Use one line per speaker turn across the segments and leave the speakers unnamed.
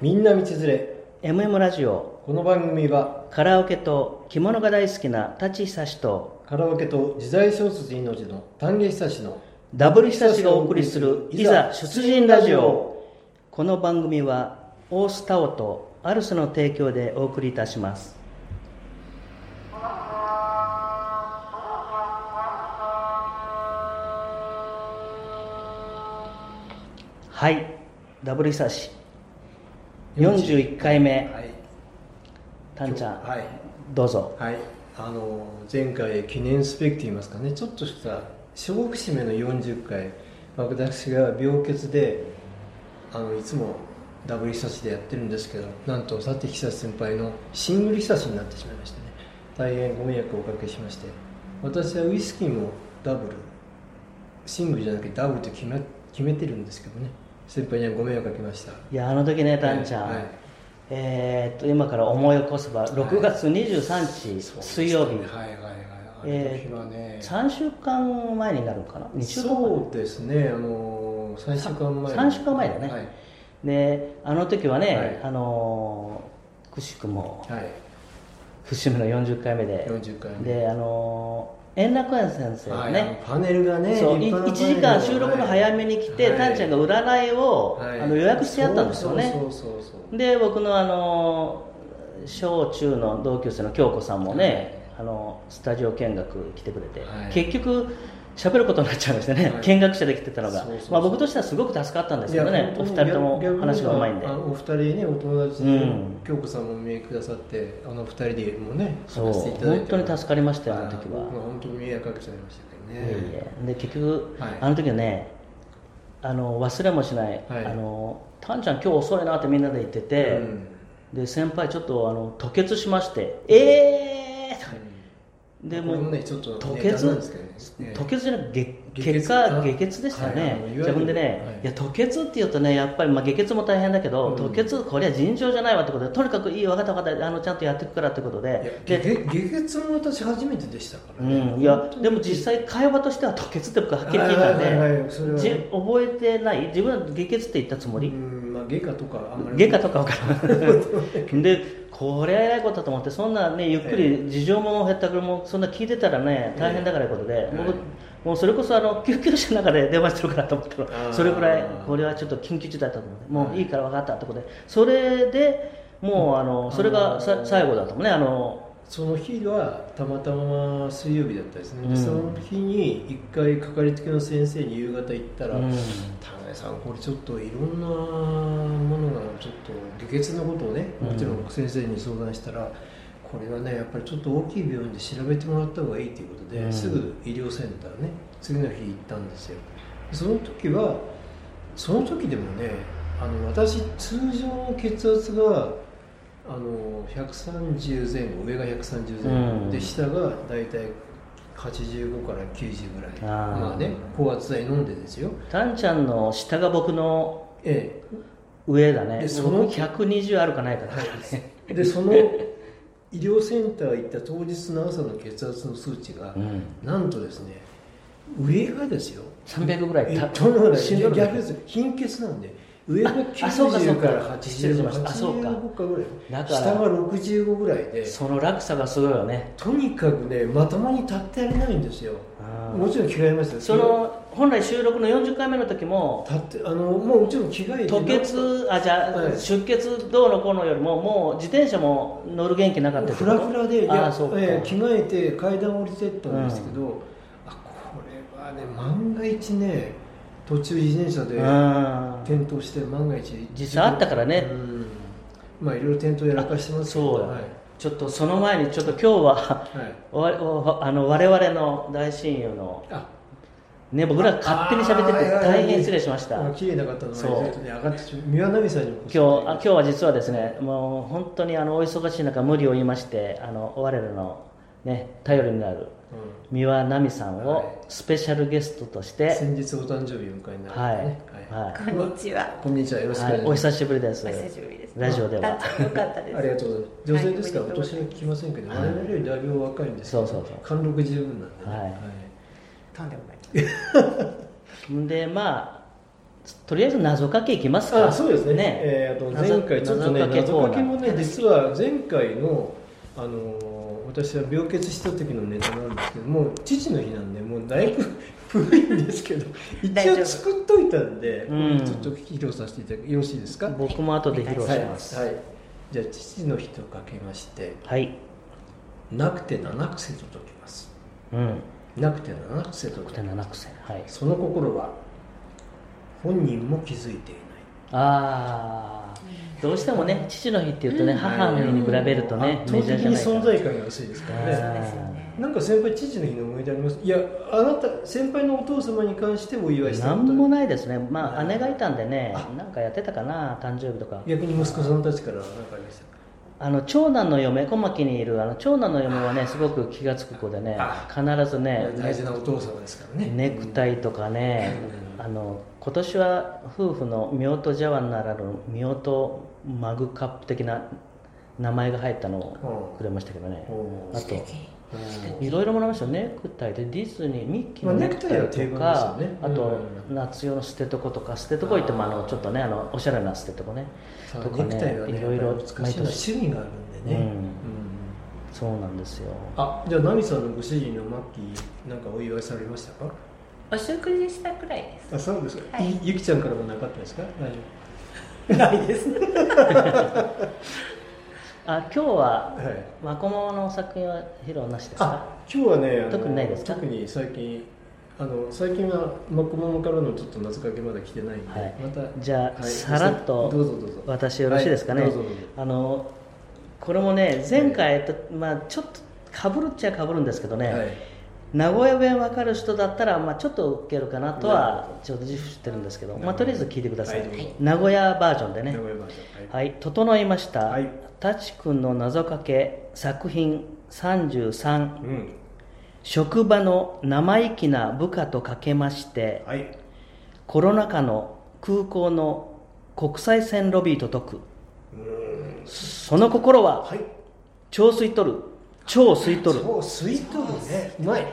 みんな道連れ
MM ラジオ
この番組は
カラオケと着物が大好きな舘久志と
カラオケと時代小説命の丹下久志の
ダブル久志がお送りするいざ出陣ラジオこの番組はオースタオとアルスの提供でお送りいたしますはいダブル久志41回目
はい
タンちゃん、
はい
どうぞ
はいあの前回記念すべきと言いますかねちょっとした小節目の40回まあ私が病欠であのいつもダブル久しでやってるんですけどなんと佐久久志先輩のシングル久しになってしまいましたね大変ご迷惑をおかけしまして私はウイスキーもダブルシングルじゃなくてダブルと決め決めてるんですけどね先輩にはご迷惑かけました
いやあの時ねタンちゃん、
はい
えーっと今から思い起こせば6月23日、水曜日、
そうですねはいはいはい
え
あの時はね、
3週間前になるのかな2週間前
そうですねあの3週間前
3週間前だね、
はい
であの時はね、
はい
あのーくしくも
はい
節目の40回目で
40回目
であのー円楽園先生が
はい
ね、
あのパネルがね
そう
立派な
1
パネ
時
ル
間収録の早めに来て、
はい
タンちゃんが占いを、
はい
あの予約してやったんですよね
そうそうそうそう
で僕のあの小中の同級生の京子さんもね、あのスタジオ見学来てくれて、
はい
結局喋ることになっちゃいましたね、
はい
見学者で来てたのが
そうそうそう
まあ、僕としてはすごく助かったんですけど
いや
ねお
本
二
当に
人とも話がうまいんで
逆にあのお二人ねお友達で、
うん
京子さんもお見えくださってあの二人でもね
そう
話していただい
本
て
当に助かりましたよあの時
僕
は、
本当に迷惑かけちゃいましたけ
い
ど
え
ね
いえで結局、
はい
あの時はねあの忘れもしない、
はい
あのタンちゃん今日遅いなってみんなで言ってて、
うん
で先輩ちょっとあの吐血しましてええーで
これ
も
も
う
ねちょっと
吐
ネタ
血
なんですけどねええ
吐血じゃなくて
下
血
血
果
あ
下血でした
はいあ
ね
のいわゆる
自分でね、
はい
い、や吐血って言うとねやっぱり、まあ、下血も大変だけど、
うん
吐血これは尋常じゃないわってことでとにかくいい分かった分かったあのちゃんとやっていくからってこと
いや
で
げ
で
げ下血も私初めてでしたから
う
ね、
ん、いやでも実際会話としては吐血って僕はっきり聞いたん
はいはい
で
はいそれは
じ覚えてない自分は下血って言ったつも
う
り、
んまあ、外科とかあんまり
外科とか分からん でこれは偉いことだと思ってそんなねゆっくり事情もへったくれもそんな聞いてたらね
ええ
大変だからいうことで、
ええ
僕もうそれこそあの救急車の中で電話してるからと思った
あ
ら
ー
それぐらいこれはちょっと緊急事態だと思ってもういいから分かったってことでそれでもうあのそれが
あ
さ
ー
最後だったもんねあの
その日はたまたま水曜日だったですね、で
うん
その日に一回かかりつけの先生に夕方行ったら「
うん
田辺さんこれちょっといろんなものがちょっと下血のことをねもちろん先生に相談したら、これはねやっぱりちょっと大きい病院で調べてもらった方がいいということで、
うん
すぐ医療センターね次の日行ったんですよその時はその時でもねあの私通常の血圧があの130前後上が130前後、
うん
で下が大体85から90ぐらい
あー
まあね高圧剤飲んでですよ
タンちゃんの下が僕の
え
上だね
でその
僕120あるかないかだからね、
えでその医療センター行った当日の朝の血圧の数値が、
うん、
なんとですね上がですよ
300ぐらい
え
た
っとんでもない
しんどいの
逆です貧血なんで上が
あそうかそう
90
か
から
失礼しましたあそうか
85かぐら
だ
い
から
下が65ぐらいで
その落差がすごいよね
とにかくねまともに立ってられないんですよ
あー
もちろん着替えましたよ
その本来収録の40回目の時も
立ってあのもうもちろん着替えて
吐血あじゃあ、
はい
出血どうのこうのよりももう自転車も乗る元気なかったって
フ
こと
ラフラでい
あ
や
あそうか、
ええ着替えて階段降りてったんですけど、あこれはね万が一ね途中自転車で
うん
転倒して万が一
実際あったからね
うんまあいろいろ転倒やらかしてますけど
そうだ、
はい
ちょっとその前にちょっと今日は
はい、
わわあの我々の大親友の
あ
ね僕ら勝手に喋ってて
あー
大変失礼しました
あ綺麗な方の
そう
前で上がってしまう宮波さんにも
今日あ今日は実はですねもう本当にあのお忙しい中無理を言いましてあの我らのね頼りになる三輪奈美さん
はい
をスペシャルゲストとして、
うん、先日お誕生日を迎えにな
はい
られてね、
はい
こんにちは。
こんにちはよろしくお
は
願い
い、
し
お
ます、
久しぶりです。
お久しぶりです。
ラジオでは。
よかったです。
ありがとうございます女性ですから、
はい
お年は聞きませんけど、
はい
我々よりだいぶ若いんですけど
そうそうそう
貫禄十分なんでね、
はい
とんでもない。
で、まあ、とりあえず謎かけいきますか
あそうですねえーあと
謎
前回ちょっとね
謎かけコ
謎
ーナー
かけもね実は前回の、あのー私は病欠した時のネタなんですけどもう父の日なんでもうだいぶ古いんですけど
大
一
丈夫
応作っといたんで、
うん
ちょっと披露させていただくよろしいですか
僕も後で披露します
はい、はい、じゃあ父の日とかけまして
はい、
なくて七癖と解きます
うん
なくて七癖と
6
解き
点
ま
7
す
癖はい
その心は本人も気づいていない
ああどうしてもね父の日っていうとね、
うん
母の日に比べるとね、
圧
メ
倒
ジャー
的
じゃ
に
ないから
存在感が薄いですから
はい
ね
そうですよね
なんか先輩父の日の思い出ありますいやあなた先輩のお父様に関してお祝いした
な
こ
ん
と
もないですねまあ
はい
姉がいたんでね
あ
なんかやってたかな誕生日とか
逆に息子さんたちからは何かありましたか
あの長男の嫁小牧にいるあの長男の嫁はねすごく気が付く子でね
あ
必ずね
大事なお父様ですからね
ネクタイとかね、あの今年は夫婦のミョートジャワンならぬミョートマグカップ的な名前が入ったのをくれましたけどね
うん、おー
あ
素敵
といろいろもらいましたよネクタイでディズニーミッキー
ま
の
あ
ネクタイと
ネクタイ
か
は定番ですよね
あと
う
夏用の捨てとことか捨てとこ行ってもあのちょっとねあのおしゃれな捨てとこね
そう
とか
ネクタイはね
いろいろ
やっぱり難しいのは趣味があるんでね、
うん
うん
そうなんですよ
あじゃあナミさんのご主人のマッキーなんかお祝いされましたか
お食事したくらいです
あそうです
はい
いゆきちゃんからもなかったですか大丈
ないです
あ今日は
夫はい
マコモの作品は披露なしですか
あ今日はねあの
特にないですか
特に最近あの最近はマクモモからのちょっと謎かけまだ来てないんで、
はい
また
じゃあ
はい
さらっと
どうぞどうぞ
私よろしいですかね、
はいどうぞどうぞ
あのこれもね前回、えっとまあ、ちょっとかぶるっちゃかぶるんですけどね、
はい
名古屋弁わかる人だったら、まあ、ちょっと受けるかなと
なる
はちょっと自負してるんですけど、まあ、とりあえず聞いてください、
はいどうぞ
名古屋バージョンで
名
ね
古屋バージョンはい
はい整いました、
はい
たちくんの謎かけ作品33
うん
職場の生意気な部下とかけまして
はい
コロナ禍の空港の国際線ロビーと解くその心は
はい
超吸い取る超吸い取る
超吸い取るねうまい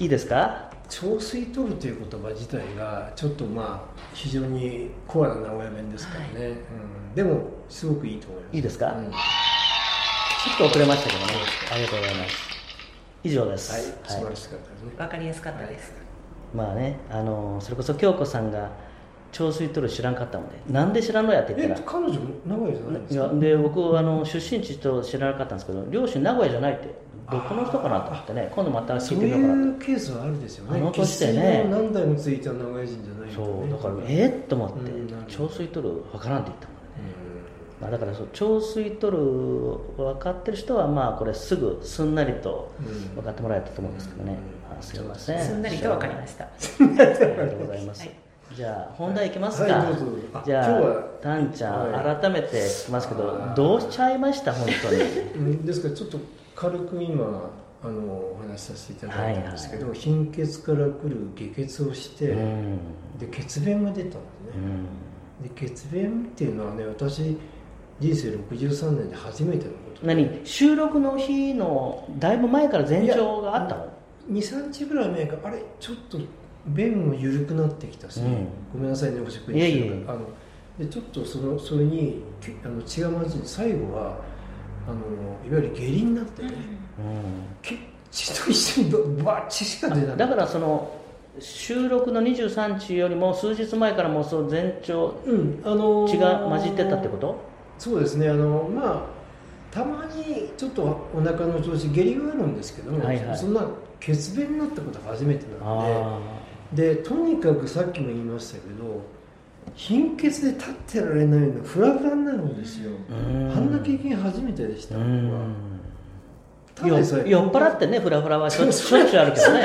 いいですか
超吸い取るという言葉自体がちょっとまあ非常にコアな名古屋弁ですからね、うん、でもすごくいいと思います
いいですか
うん
ちょっと遅れましたけどねありがとうございます以上です、
はい、
はい
素晴らしかったですね。
わかりやすかったです
まあねあのそれこそ京子さんが調水取る知らんかったのでなんで知らんのやって言った
え
ら、
彼女名古屋じゃないんで
い
す
や
か。
で僕あの出身地と知らなかったんですけど両親名古屋じゃないってどこの人かなと思ってね今度また
そ
聞いうてみようか
い
な
うケースはあるですよ
あ
ね。
の年でね
生粋の何代もついた名古屋人じゃない
と
ん
そうだから
ね。
えっと思って
うんなるほど
調水取るわからんって言ったもんねまあ、だからそう潮水取るを分かってる人はまあこれすぐすんなりと
うん
分かってもらえたと思うんですけどね、
うん
あすいません
すんなりとわかりました
ありがとうございます、
はい
じゃあ本題いきますか、
はいどうぞどうぞあ
じ
今
ゃ
日
あ
は
たんちゃん、
は
改めて聞きますけ
あ
ど
ー
どうしちゃいました本当に
うんうんですからちょっと軽く今あのお話しさせていただいたんですけど、貧血から来る下血をして、
うん、
で血便が出たんですね。
うん、
で血便っていうのはね私人生63年で初めてのことで。
何収録の日のだいぶ前から前兆があったの
23日ぐらい前からあれちょっと便も緩くなってきたし、
うん
ごめんなさいねお食事
いえいえ
してるからあのでちょっとそのそれにけあの血が混じって最後はあのいわゆる下痢になってね、
うん
け血と一緒にどバーッ血しか出ない
だからその収録の23日よりも数日前からもうその前兆
うんあのー
血が混じってたってこと
そうですねあのまあたまにちょっとお腹の調子下痢があるんですけども、
はいはい
そんな血便になったことは初めてなので
あ
でとにかくさっきも言いましたけど貧血で立ってられないのフラフラになるんですよ
あ
あんな経験初めてでした僕はただ
よ酔
で
っ
さえ
払ってねフラフラはしょしょっちゅうあるけどね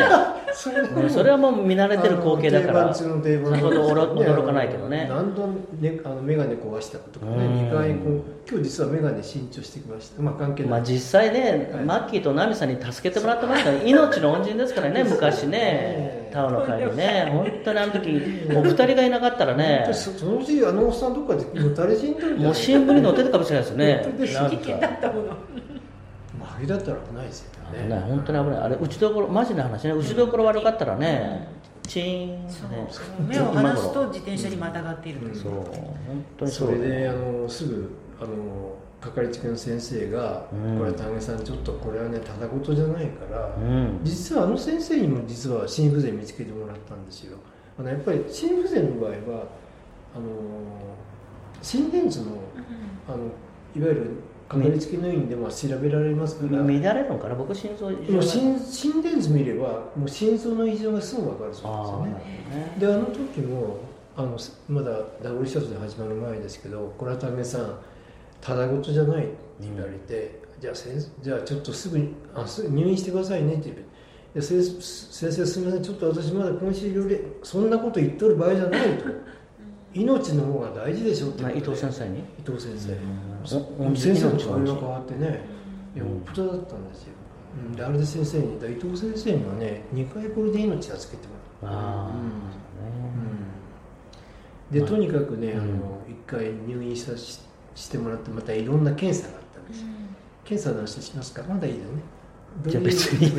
それは
うんそれはもう見慣れてる光景だか
あ
ら
の定番中の定番
それほど驚かないけどね
あの何度、ね、あの眼鏡壊したことかね
うん
2回こう今日実は眼鏡新調してきましたまあ関係
ま
ない
あ実際ね、
はい
マッキーとナミさんに助けてもらってますから、命の恩人ですからね昔ね
ええ
タオの会でね本当にあの時お二人がいなかったらね
でそそのうちあのおっさんどっかでもたれ死んでるんじゃない
もう新聞に載ってたかもしれないですね
本当ですよ
なん
危険だ
か
ったもの
まああれだったら危ないですよ
危
ね
ない本当に危ないあれ打ちどころマジな話ね打ちどころ悪かったらねチーンってね
そう目を離すと自転車にまたがっているという、
うん
そう本当にそ
そうれであのすぐあの係長の先生が「
うん
これは丹下さんちょっとこれはねただ事じゃないから、
うん
実はあの先生にも実は心不全見つけてもらったんですよあのやっぱり心不全の場合はあの心電図のあのいわゆる掛かりつけの医院でも調べられますから、
乱れるのかな僕心臓異常
もう
が
心心電図見ればもう心臓の異常がすぐ分かるそうなんです
あ
よ
あなるほど
ね
ね
であの時もあのすまだダブルシャツで始まる前ですけど「これはタメさんただ事じゃない」って言われて「じゃあ先生じゃあちょっとすぐにあす入院してくださいね」って言って「先生先生すみませんちょっと私まだ今週療でそんなこと言っとる場合じゃない」と「命の方が大事でしょ」って
まあ伊
こと
藤
で
先生に
伊藤先生、
うんうん
先生の
命の
顔
話
が変わってねよっぽどだったんですよ、うん、であれで先生にだ伊藤先生にはね2回これで命助けてもらった
ああ
うん
ね
でとにかくね、
うん
あの一回入院さししてもらってまたいろんな検査があったんですよ、検査の話しますかまだいいよね
じゃあ別に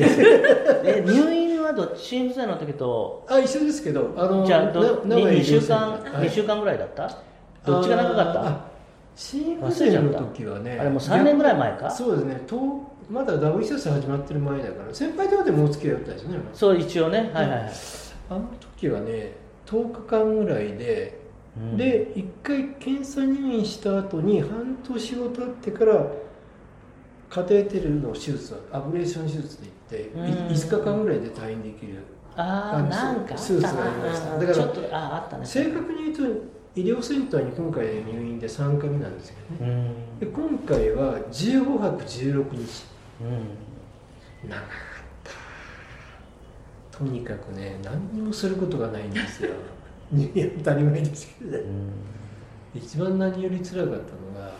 え入院はどっち心不全の時と
あ一緒ですけどあの
じゃあど
な名古屋
2
医療
週
センタ
間
ー
2週間ぐらいだったどっちが長かった
あーあ心不全の時はね
あれもう3年ぐらい前か
そうですねとまだ W 施設始まってる前だから先輩とかでもお付き合いだったんですよね
そう一応ねはいはいはい、
あの時はね10日間ぐらいで
うん
で1回検査入院した後に半年を経ってからカテーテルの手術アブレーション手術で
うん
行ってい5日間ぐらいで退院できる
あ
あ
あ
の
なんかあっ
スーツ
た
がありましただ
な
から
ちょっとああったね
正確に言うと医療センターに今回入院で3回目なんですけどね
うん、
で今回は15泊16日
うん、
長かったとにかくね何にもすることがないんですよ いや当たり前ですけどね一番何より辛かったのが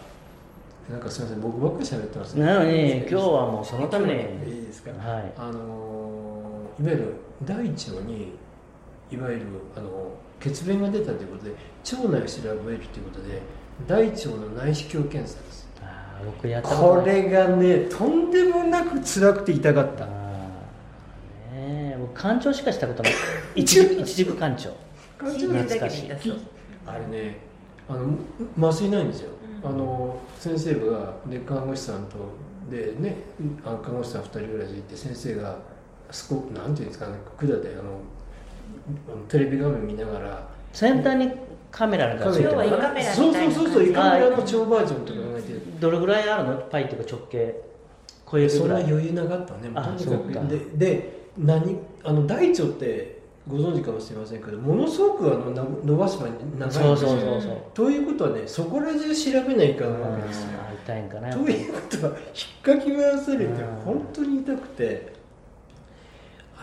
なんかすみません僕ばっかり喋ってます
なのに今日はもうそのために
いいですか
はい
あのーいわゆる第一のにいわゆるあの血便が出たということで腸内を調べるということで大腸の内視鏡検査です
ああ僕やったこと
こ
ない
れがねとんでもなく辛くて痛かった
ああねえ僕館長しかし たことない一軸一軸館長
うん聞いてるだけで痛そう
あれねあの麻酔ないんですよ、
うん
あの先生がで看護師さんとでねあ看護師さん2人ぐらいで行って先生がすごくなんていうんですかね管であのあのテレビ画面見ながら
先端にカメラがついて
カ
る
メラは胃カメラみたいな
そうそうそうそう胃カメラの超バージョンとか考えてる
どれぐらいあるのパイっていうか直径小指
そ
ぐ
んな
らい
余裕なかったねも
あ
うとに
そ
か
うか
くでで何あの大腸ってご存知かもしれませんけどものすごくあのな伸ばしば長いんですよ
そうそうそうそう
ということはねそこら中調べないかんわけですよ
あー痛いんかなやっぱ
と
り
いうことは引っかき回されて
うん
本当に痛くて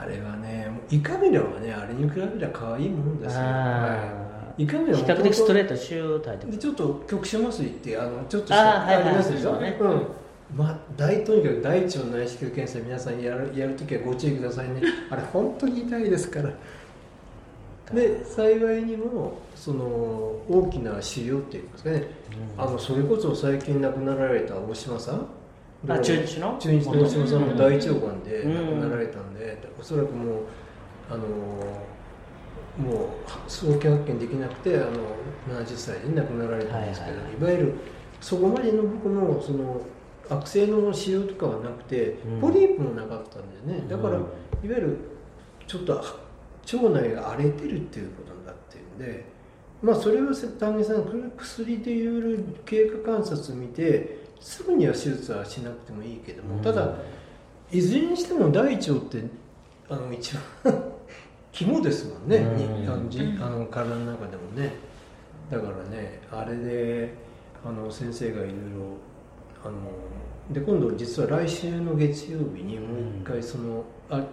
あれはね胃カメラはねあれに比べたら可愛いもんですよ、は
あ
い、胃カメ
ー
ラ
比
も
較的ストレートシューッと入ってく
で
る
ちょっと局所麻酔ってあのちょっとし
あ
た
ーはいはい
りますでしょ、
そうね
うんまあ、大とにかく大腸内視鏡検査皆さんやるやるときはご注意くださ いねあれ本当に痛いですからで幸いにもその大きな腫瘍っていうんですかねあのそれこそ最近亡くなられた大島さん
あ中日の
中日の大島さんも大腸がんで
うんうんうん
亡くなられたんで、おそらくもうあのもう早期発見できなくてあの70歳で亡くなられたんですけど、
はいいはい
わゆるそこまでの僕もその悪性の腫瘍とかはなくて、
うん
ポリープもなかったんだよねだから、
うん
いわゆるちょっと腸内が荒れてるっていうことになってるんでまあそれは丹下さんこれ薬でいろいろ経過観察見てすぐには手術はしなくてもいいけども、
うん
ただいずれにしても大腸ってあの一番 肝ですもんね、
うん
にあのじあの体の中でもねだからねあれであの先生がいろいろあので今度実は来週の月曜日にもう一回その、あ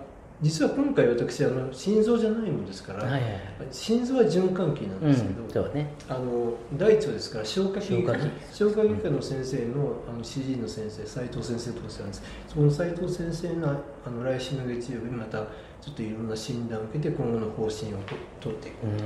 実は今回私あの心臓じゃないもんですから、
はいはいはい
心臓は循環器なん
う
ですけど、
んそうね
あの大腸ですから消化器
消化器
消化外科の先生のあの CG の先生斉藤先生とかなんですその斉藤先生のあの来週の月曜日またちょっといろんな診断を受けて今後の方針をと取っていこうと思うんだ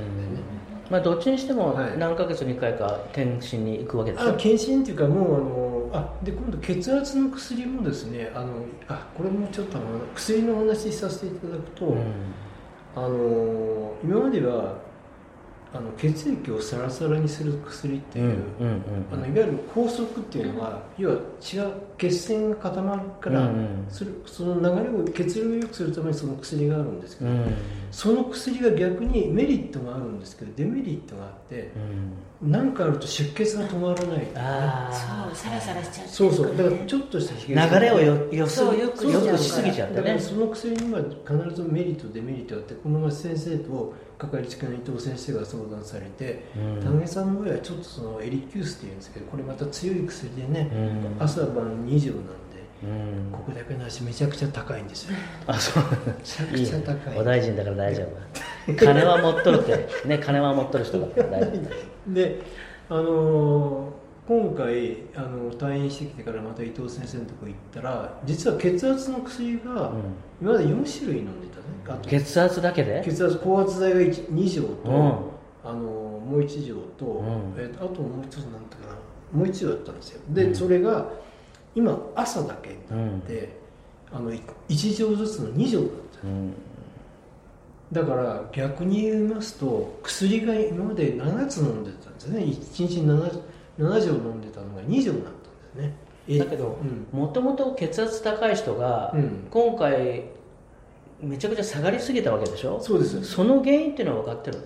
よね
まあどっちにしても
はい
何ヶ月に1回か検診に行くわけでし
あ
ょ
検診っていうかもうあのあで今度血圧の薬もですねあのあこれもちょっとあの薬のお話しさせていただくと、
う
あ
ん
あの今まではあの血液をサラサラにする薬って
う
い
ん
う、
うんうん
あのいわゆる拘束っていうのは、要は血が血栓が固まるから、
うんうん
それその流れを血流を良くするためにその薬があるんですけ
う
ど、
ん
その薬が逆にメリットがあるんですけどデメリットがあって
うん
何かあると出血が止まらない
あ
そう
あ
サラサラしちゃって
そうそうだから
ね
ちょっとしたひ
流れをよよす
そう
よ
よ
く
く
そうそう
よくしすぎちゃって
だか
ね
らその薬には必ずメリットデメリットあってこの前先生とかかりつけの伊藤先生が相談されて
うん
丹下さんの場合はちょっとそのエリキュースっていうんですけどこれまた強い薬でね
うん
朝晩2錠なんで
うん
ここだけの足めちゃくちゃ高いん ですよ
あそう
めちゃ
い
く
い
ちゃ
ね
高い
お大臣だから大丈夫金は持っとるってね金は持っとる人だから大丈夫
であのー今回あの退院してきてからまた伊藤先生のとこ行ったら実は血圧の薬 が
うん
今まで4種類飲んでたねあと
血圧だけで
血圧高圧剤が一2錠と、
うん
あのもう1錠と、
うん
えーとあともう一つなんだっけなもう1錠だったんですよで、
うん
それが今朝だけに
う
なっ
ん
て、あの1錠ずつの2錠だった
うん
だから逆に言いますと薬が今まで7つ飲んでたんですよね1日 7, 7錠飲んでたのが2錠になったんですねえ
だけど
うん、
もともと血圧高い人が
うん、
今回めちゃくちゃ下がりすぎたわけでしょ
そうです
その原因っていうのは分かってるの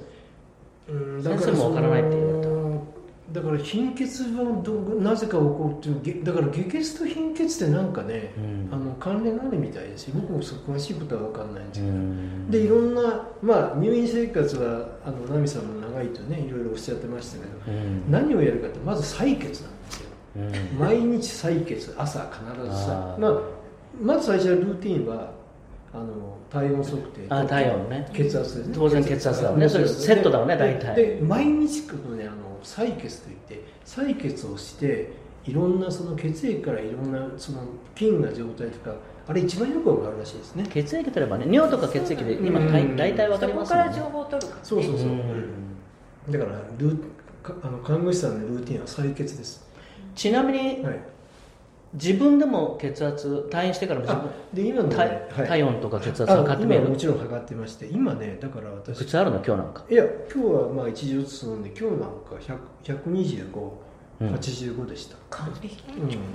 うん
先生もわからないって言われた
そのだから貧血はどうなぜか起こるっていうげだから下血と貧血ってなんかね、
うん
あの関連があるみたいですよ僕もそう詳しいことは分かんないんですけど、
うん
でいろんな、まあ、入院生活はあの奈美さんも長いとねいろいろおっしゃってましたけど
うん
何をやるかってまず採血なんですよ
うん
毎日採血朝必ずさ
あー
まあ、まず最初のルーティンはあの体温測定と
あ体温ね
血圧ですね
当然血圧だもんねそれセットだもんね
で
大体
で毎日このねあの採血といって採血をしていろんなその血液からいろんなその菌が状態とかあれ一番よくわかるらしいですね
血液取ればね尿とか血液で今
うん
大大体分か
そ
りま
こ
す
か
もん
ら
ね
情報を取るからね
そうそうそう、
うん
だからルーかあの看護師さんのルーティンは採血です、
ちなみに
はい、
自分でも血圧退院してからも自
あ
分
で今のね、
体
はい
体温とか血圧測ってみ
あ今
る
もちろん測ってまして今ねだから私
靴あるの今日なんか
いや今日はまあ1錠ずつ飲んで今日なんか
うん
12585でした、
完璧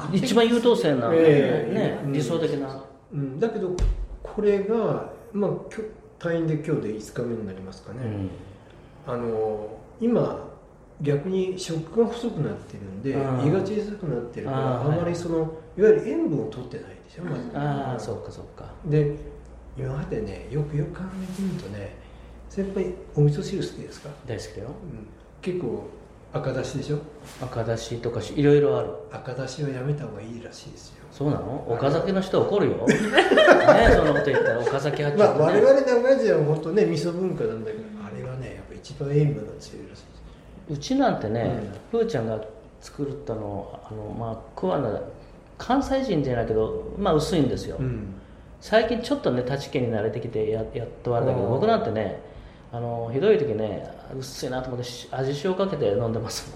うん
一番優等生な、
ええ
ね
うん
理想的な、
うんだけどこれが、まあ、きょ退院で今日で5日目になりますかね、あの今逆に食が細くなってるんで胃
あ
が
ー
小さくなってるから
あ
あ
ーはい
まりその、い、わゆる塩分を取ってないでしょまず
ああそうかそうか
で今までねよくよく考えてみるとね先輩お味噌汁好きですか、
大好きだよ
うん、結構赤だしでしょ
赤だしとかしいろいろある
赤だしはやめた方がいいらしいですよ
そうなの岡崎の人怒るよねそんなこと言ったら岡崎八丁、ね
まあ我々長い人は本当ね味噌文化なんだけどあれはねやっぱ一番塩分が強いらしいです
うちなんてね、ふーちゃんが作ったのあのまあ桑名関西人じゃないけどまあ薄いんですよ、
ん
最近ちょっとね立ち家に慣れてきてややっとあれだけど
あー
僕なんてねあのひどい時ね薄いなと思ってし味塩かけて飲んでます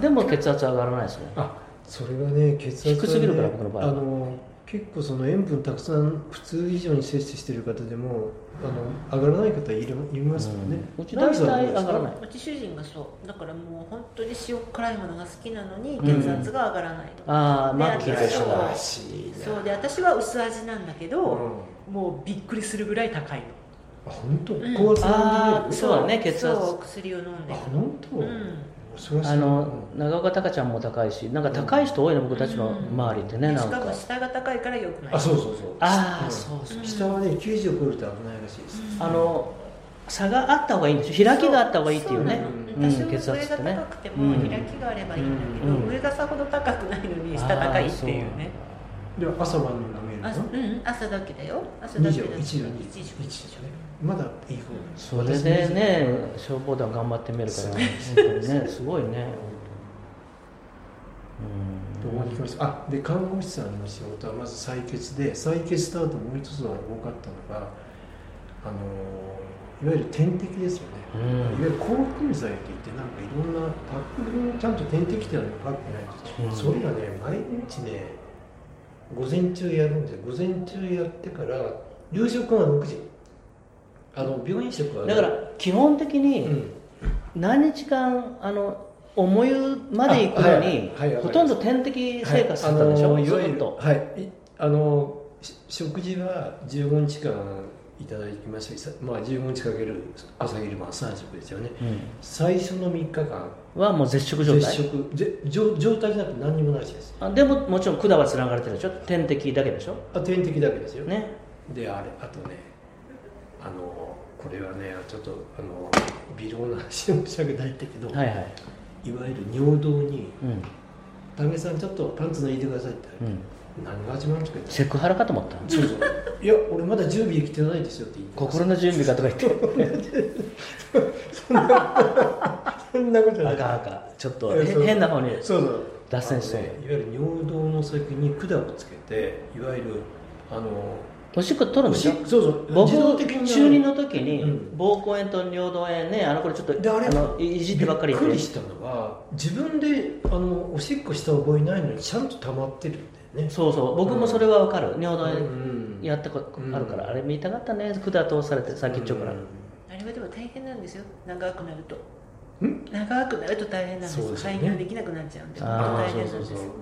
で
も
も血圧上がらないですね
あそれはね血圧はね
低すぎるから僕の場合は
あの結構その塩分たくさん普通以上に摂取してる方でもあの上がらない方いるいますもんね、
うんうち大体上がらないう
ち主人がそうだからもう本当に塩辛いものが好きなのに
うん
血圧が上がらないの、
ああマッキ
い
ー
や
と一緒だ
そう
しい
そうで私は薄味なんだけ
う
ど、
ん
もうびっくりするぐらい高いの
あ本当
うん
高圧なんで
あーそうだね血圧
そう薬を飲んで
あ
る
本当、
うん
恐ろしい
あの長岡孝ちゃんも高いしなんか高い人多いの僕たちの周りってね、
うん
なん
しか
か
も下が高いからよくない
あそうそうそう
ああ
うん
そうそう、
うん
下はね90を超えると危ないらしいです、
うん
あの差があった方がいいんでしょ開きがあった方がいいっていうね
そうなの
うん
私も
血
上
圧ってね
が高くて
う
も
ん
開きがあればいいんだけど、
うん
上がさほど高くないのに下高いっていうね
では朝晩の飲める
あ
の
うん朝だけだよ朝だ
2
け
錠1
だ
錠2錠
一錠
1錠ねまだいい方
それでね消防団頑張ってみるから本当にねすごいね
どこに行きましたあで看護師さんの仕事はまず採血で採血とあともう一つは多かったのがあのいわゆる点滴ですよね、
うん
いわゆる抗菌剤って言ってなんかいろんなパックにちゃんと点滴ってあるのパックないと、
うん
それがね毎日ね午前中やるんですよ午前中やってから夕食が6時あの病院食はね
だから基本的
う
に
ん
何日間あの重湯まで行く
あ
のに
はいはいはい
ほとんど点滴生活だったでしょ、
はいあの
ず
いわゆ
っ
る
と
はいいあのし食事は15日間いただきましたさまあ15日かける朝昼晩3食ですよね最初の3日間
はもう絶食状
絶
態
食ぜ状状態じゃなくて何にもないしです
あでももちろん管はつながれてるでしょ点滴だけでしょ
あ点滴だけですよ、
ね
であれあとねあのこれはねちょっとあの微量な話で申し訳ないんだけど、
はいはい
いわゆる尿道に
うん
「武井さんちょっとパンツ脱いでください」って、
うん
何が始まるんですか
セクハラかと思った
そうそういや俺まだ準備できてないですよって言ってます
心の準備かとか言って
そんなことな
あ
い
かんあかんちょっと
え
へ
そう
変な方に
そうそう
脱線して
あのねいわゆる尿道の先に管をつけていわゆるあの
おしっこ取るんでしょ
そうそう
僕
自動的に
中二の時に
うん
膀胱炎と尿道炎ねあの頃ちょっと
であれ
のいいじってばっかり
び
い
ってくりしたのは自分であのおしっこした覚えないのにちゃんと溜まってるんだよね
そうそう僕もそれはわかる尿道
う
炎
ん
やったことあるから、
うん
あれ見たかったね管通されて先っちょから、
うん
あれはでも大変なんですよ長くなると
ん
長くなると大変なんです
そうですよね
排尿できなくなっちゃうんで
あ
あ
大
あ
変な
そ
ん
う
です
そうそう
よ
うん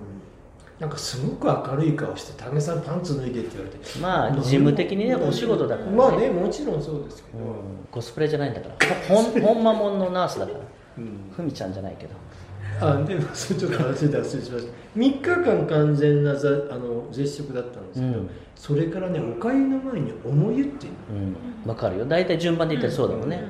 なんかすごく明るい顔して「武井さんパンツ脱いで」って言われて
まあ事務的にねお仕事だから、
まあねもちろんそうですけ
う
ど、
ん、コスプレじゃないんだからほんほんまもんのナースだから
うん
ふみちゃんじゃないけど
あでもそれちょっと話脱線しました3日間完全なざあの絶食だったんです
う
けど、
ん
それからねおかゆの前に「思い」っていうの
うん、わかるよ大体順番で言ったらそうだもんね、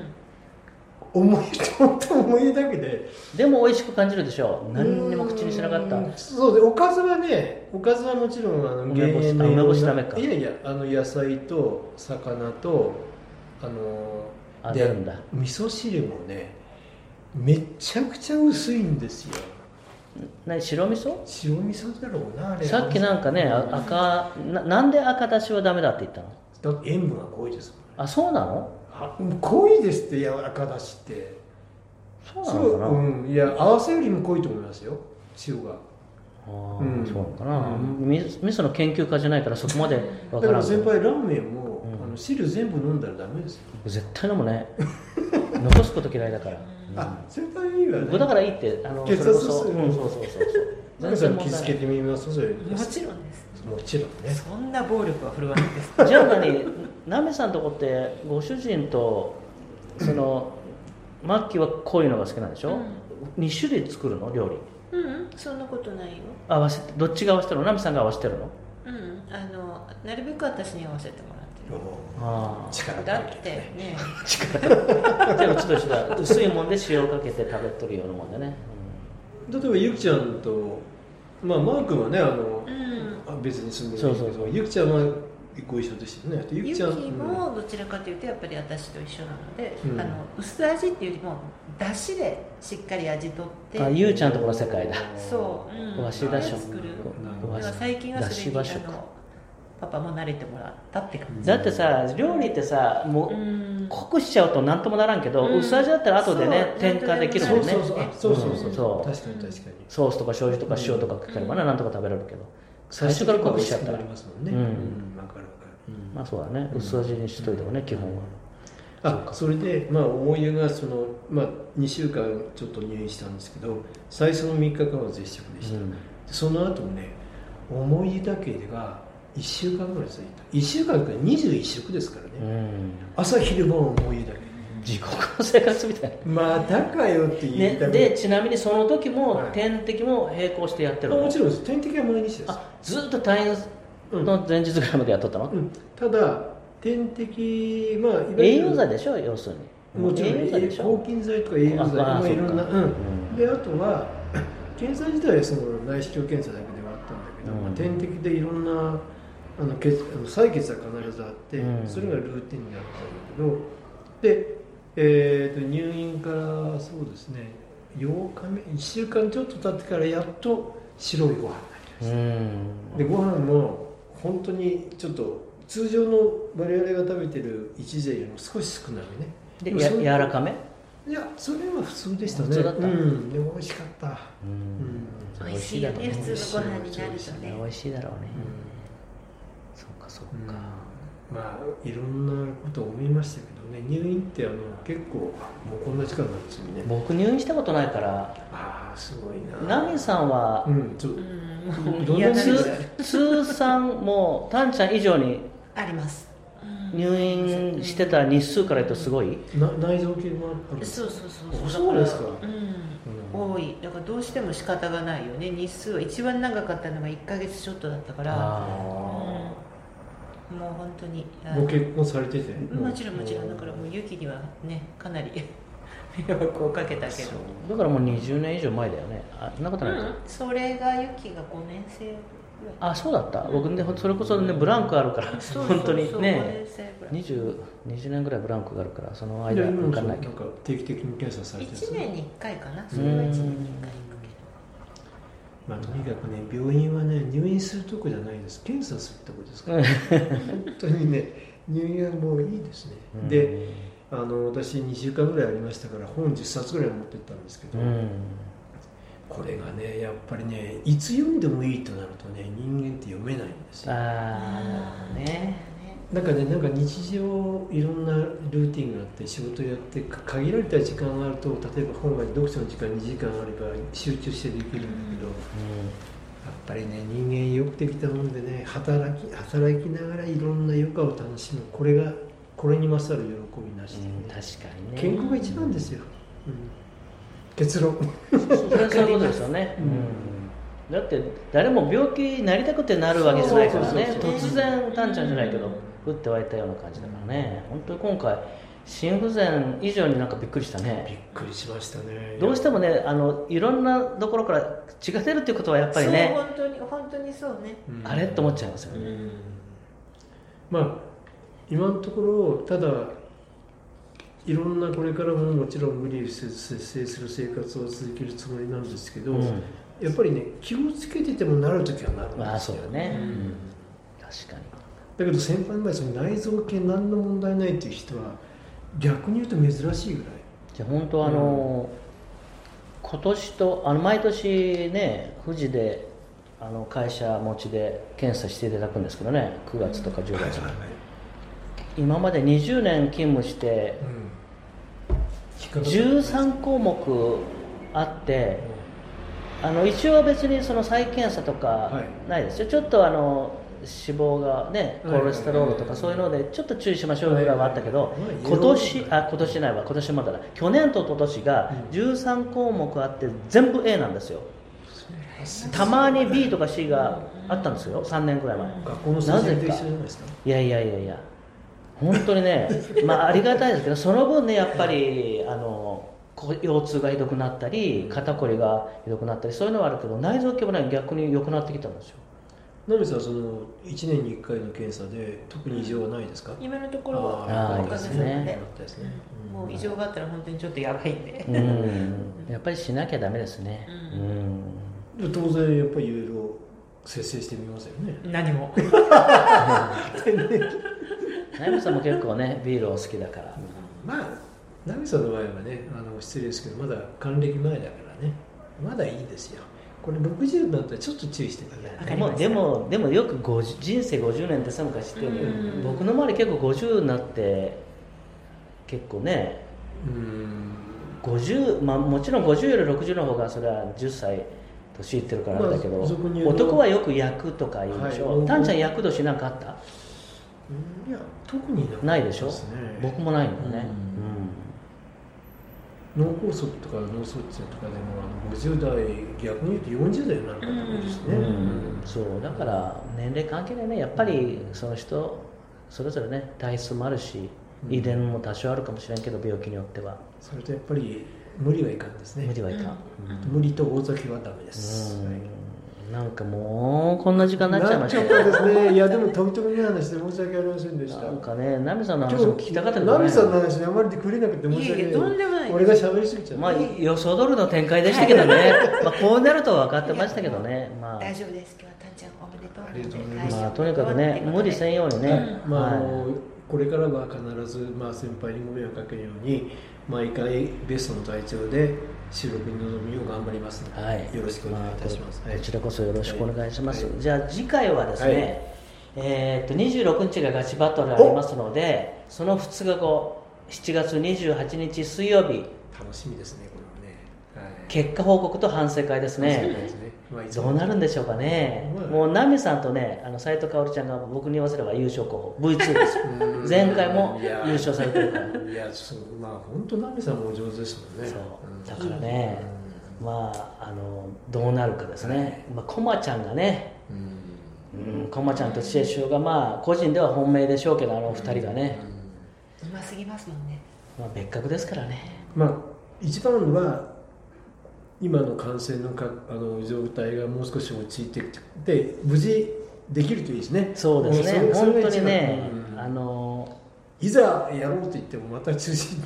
思い本当思いだけで
でも美味しく感じるでしょ何にも口にしなかった
うーんそうでおかずはねおかずはもちろんあの
梅干し
減塩のいろんな
あ梅干しダメか
いやいやあの野菜と魚とあの
あ
で
出るんだ
味噌汁もねめちゃくちゃ薄いんですよ
何白味噌
白味噌だろうなあれ
さっきなんかねあ赤ななんで赤だしはダメだって言ったの
だって塩分が濃いですもん
あそうなの
あ濃いですって柔らかだしって
そうなのかな
うん、いや合わせよりも濃いと思いますよ塩が
あ
う
ー
ん
そうなのかな、
うん
み味噌の研究家じゃないからそこまでわ
だ
か
からら
んけ
先
ど
輩ラーメンも、
うん
あの汁全部飲んだらダメですよ、
絶対飲むね 残すこと嫌いだから、
あ先輩いいわ
う
ね
ん僕だからいいってあの
血圧
それこそ
数
うんそうそうそうそう
ナミさん気づけてみますそれ
うんもちろんです
もちろんね
そんな暴力は振るわないです
じゃあ何なめさんとこってご主人とそのマッキーはこういうのが好きなんでしょ、二2種類作るの料理
うん、うん、そんなことないよ
合わせてどっちが合わせてるのなめさんが合わせてるの
うんあのなるべく私に合わせてもらってる
あ
力
だ
が入
っ
る
てね
あ力でもちょっと一緒だ薄いもんで塩かけて食べとるようなもんでね、
例えばゆきちゃんとまあマー君はねあの
う、ん
あ別に住んでるんだ
そう
け
そう
どゆきちゃんはご一緒でしたよねでゆ
ゆ
き
き
ちゃん
もどちらかというとやっぱり私と一緒なので、
うん
あの薄味っていうよりもだしでしっかり味とって
あゆうちゃんとこの世界だ
そう、うん、
和紙だしょ
作る
うん
和紙
だから最近はそれに
だ
あ
し和食
のパパも慣れてもらったって感じ
だってさ料理ってさもう、
うん
濃くしちゃうと何ともならんけど、
うん
薄味だったら後でね
そう
添加できる
そ
も
うん
ね
そうそうあそうそうそう,、
うんそう
確かに確かに
ソースとか醤油とか塩とかかければな、
うん
なんとか食べれるけど最初から濃くしちゃっ
美
たら
味くなりますもんね
う
うんん、わかるわかる、
まあそうだね薄味にしといた方がね、基本は
あそれでまあ思い出がその、まあ、2週間ちょっと入院したんですけど最初の3日間は絶食でした、
うん
でその後もね思い出だけが1週間ぐらい続いた1週間から21食ですからね、
うん
朝昼晩思い出だけ
地獄の生活みたいな
またかよって言
ね
いたくなる
でちなみにその時も
はい
点滴も並行してやって
あ
るの、
もちろんです点滴は毎日です
あずっと退
う
院
ん
の前日ぐらいまでやっとったの、
うん、ただ点滴まあいわゆる
栄養剤でしょ要するに
もちろん
栄養剤でし
抗
ょ
菌剤とか栄養剤
ああ
まあいろんな
そっ
う
かうん
んであとは 検査自体はその内視鏡検査だけではあったんだけど、
うん
まあ、点滴でいろんなあの血あの採血は必ずあって、
うん
それがルーティンであったんだけどで、えーと入院からそうですね8日目1週間ちょっと経ってからやっと白いご飯になりま
う
し
ん
たでご飯も本当にちょっと通常の我々が食べてる一膳よりも少し少なめね
で
も
や
そ
柔
れ
らかめ
いや、それは普通でしたね。
普通だった
うん、でも美味しかった。
う
うんん。
それ
美味しいよね
美味
普
し
通のご飯にな
い
ると
だろうね
ね
美味しいだろうね、
う
そうかそうか、
んまあいろんなことを思いましたけどね入院ってあの結構もうこんな時間になっちゃうね
僕入院したことないから
ああすごいな
ナミさんは
うんちょっ
う
と
ん
う
も
ん
う
どん
い
な
や
に
通通算もうタンちゃん以上に
ありますうん
入院してた日数から言うとすごい
な内臓系もあるんです
そうそうそう
あそうですか
だら
う
うんん、多いだからどうしても仕方がないよね日数は一番長かったのが1か月ちょっとだったからうん
あ
もう本当にあ
あご結婚されてて
もちろんもちろんだからもうユキにはねかなり 迷惑をかけたけど
そう
だからもう20年以上前だよねあそんなこと
う
ないか、
ん、それがユキが5年生ぐらい
あそうだった僕ねそれこそねブランクあるから
そうそう
本当に
そう5
ね
年生ぐらい
20, 20年ぐらいブランクがあるからその
い
間
や今も
分か
そうん
な
ないん
けど
か定期的に検査されてるんです
1
ね
年に1回かなそれは1年に1回かけど
まあ、とにかくね病院はね入院するとこじゃないです検査するとこですから、本当にね入院はもういいですね、
うん
であの私2週間ぐらいありましたから本10冊ぐらい持ってったんですけ
う
ど、
ん
これがねやっぱりねいつ読んでもいいとなるとね人間って読めないんですよ
ああなるほどね
なんかねなんか日常いろんなルーティンがあって仕事やってか限られた時間があると例えば本は読書の時間2時間あれば集中してできるんだけど、やっぱりね人間よくできたもんでね働き働きながらいろんな余暇を楽しむこれがこれに勝る喜びなし
う
で、
ん、うん、確かにね
健康が一番ですよ、うん結 論
そうそれはそういうことですよね、
う
うんんだって誰も病気になりたくてなるわけじゃないからね
そうそうそうそう
突然たんちゃんじゃないけど
う
打って湧いたような感じだからね本当に今回心不全以上になんかびっくりした
びっ
ね
くりしましたね
どうしてもねあのいろんなところから血が出るっていうことはやっぱり
そう
ね
本当に本当にそうね
うん
あれと思っちゃいますよ
う
ね、
んまあ今のところただいろんなこれからももちろん無理せず節制する生活を続けるつもりなんですけど、
うん
やっぱりね気をつけててもなる時はなるんですよ、
まあそうだね、
うん
うん確かに
だけど先輩の場合その内臓系何の問題ないっていう人は逆に言うと珍しいぐらい
じゃあ本当あの、今年とあの毎年ね富士であの会社持ちで検査していただくんですけどね9月とか10月とか、今まで20年勤務して
うん
13項目あってあの一応別にその再検査と
は
かないですよ、ちょっとあの脂肪がね
は
コ
いはい
レステロールとかそういうのでちょっと注意しましょうぐらいはあったけ
は
ど
いはいはい
今年あ今年ないわ今年まだだ去年と一昨年が13項目あって全部 A なんですよたまに B とか C があったんですよ3年ぐらい前
学校の先生と一緒じゃないですか
いやいやいやいや本当にねまあありがたいですけどその分ねやっぱりあのこ腰痛がひどくなったり肩こりがひどくなったりそういうのはあるけど内臓系もね逆に良くなってきたんですよ
ナミさんはその1年に1回の検査で特に異常はないですか
今のところ
あ
は
ー
おかげさま
いい
で
よかったですね
うんもう異常があったら本当にちょっとやばいんで、
うんやっぱりしなきゃダメですね
う
で当然やっぱりいろいろ節制してみますよね
何 も
うんナイムさんも結構ねビールお好きだから
まあナミさんの場合はねあの失礼ですけどまだ還暦前だからねまだいいですよこれ60になったらちょっと注意してください
わ
ね
か
で
り
も
ました
でもでもよく50人生50年ってさ昔って
うん
僕の周り結構50になって結構ね
うーん
50まあ、もちろん50より60の方がそれは10歳年いってるからあれだけど、
まあ俗に言うと
男はよく役とか言うでしょ、
はい
タンちゃん役年なんかあった
いや特にな
ないでしょ
すね
僕もないのね、
脳梗塞とか脳卒中とかでもあの50代逆に言うと40代になる方も多いです
うん
ね、
うんそうだから年齢関係ないねやっぱりその人それぞれね体質もあるし
うん
遺伝も多少あるかもしれんけど病気によっては
それとやっぱり無理はいかんですね
無理はいかん、
無理と大酒はダメで
う
す、
ん
はい
なんかもうこんな時間になっちゃいました
なっちゃったですねいやでもとびとびの話で申し訳ありませんでした
なんかねナミさんの
今
話
日
も聞きたかったけど
ナ
ね
ミさんの話にあまりでくれなくて申し
い
訳
えい
ない
えとんでもない
俺が喋りすぎちゃった、
まあ、予想通りの展開でしたけど ね、まあこうなるとは分かってましたけどね、ま
大
あ、
丈夫です今日はたんちゃんおめでとう
ありがとうございます
まあ、とにかくね、無理せんようにね、
う
まあ、あ
はい
のこれからは必ず、まあ、先輩にご迷惑かけるように毎回ベストの体調で収録に臨みよう頑張りますので、
はい、
よろしくお願いいたします、
まあ
はい
こちらこそよろしくお願いします。
はい
じゃあ、次回はですね、
はい
えー、っと26日がガチバトルありますのでその2日後7月28日水曜日
楽しみですねこれはね、はい、
結果報告と反省会です
楽しみ
ね
ですね、まあ、いつも
どうなるんでしょうかね、
うん
もうナミさんとねあの斉藤薫ちゃんが僕に言わせれば優勝候補 V2 です
うん
前回も
いや
優勝されてるから
いやそうまあ本当ナミさんもお上手ですもんね
そう
うん
だからねまああのどうなるかですね、まあ、コマちゃんがね
うんうん
うん、コマちゃんと千恵師匠がまあ個人では本命でしょうけどあの2人がね、
うますぎますもんね
まあ、別格ですからね
まあ一番は今の感染のかあの状態がもう少し落ち着いてきて無事できるといいですね
そうですね
んそれ
本
それ
当
が一
に
番
ね、
うん
あの
いざやろうと言ってもまた中心に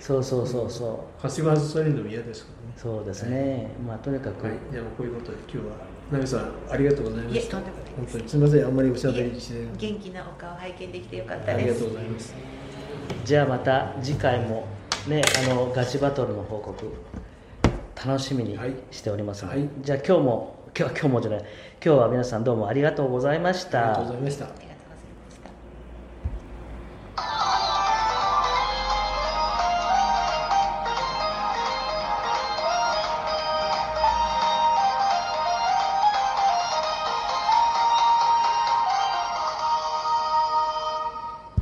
そうそうそうそ
はしご外されるのも嫌ですからね
うそうですね、まあとにかく、
はい、じゃあこういうことで今日はナミさんありがとうございま
いえ
した
とんでもないです
本当にすみませんあんまりおしゃべりして
元気なお顔拝見できてよかった
あり
で
が
す
とうございます
じゃあまた次回もねあのガチバトルの報告楽しみに
はい
しておりますので、
はい
じゃあ今日も今日は今日もじゃない今日は皆さんどうもありがとうございまし
ありが
た
とうございました
ありがとうございます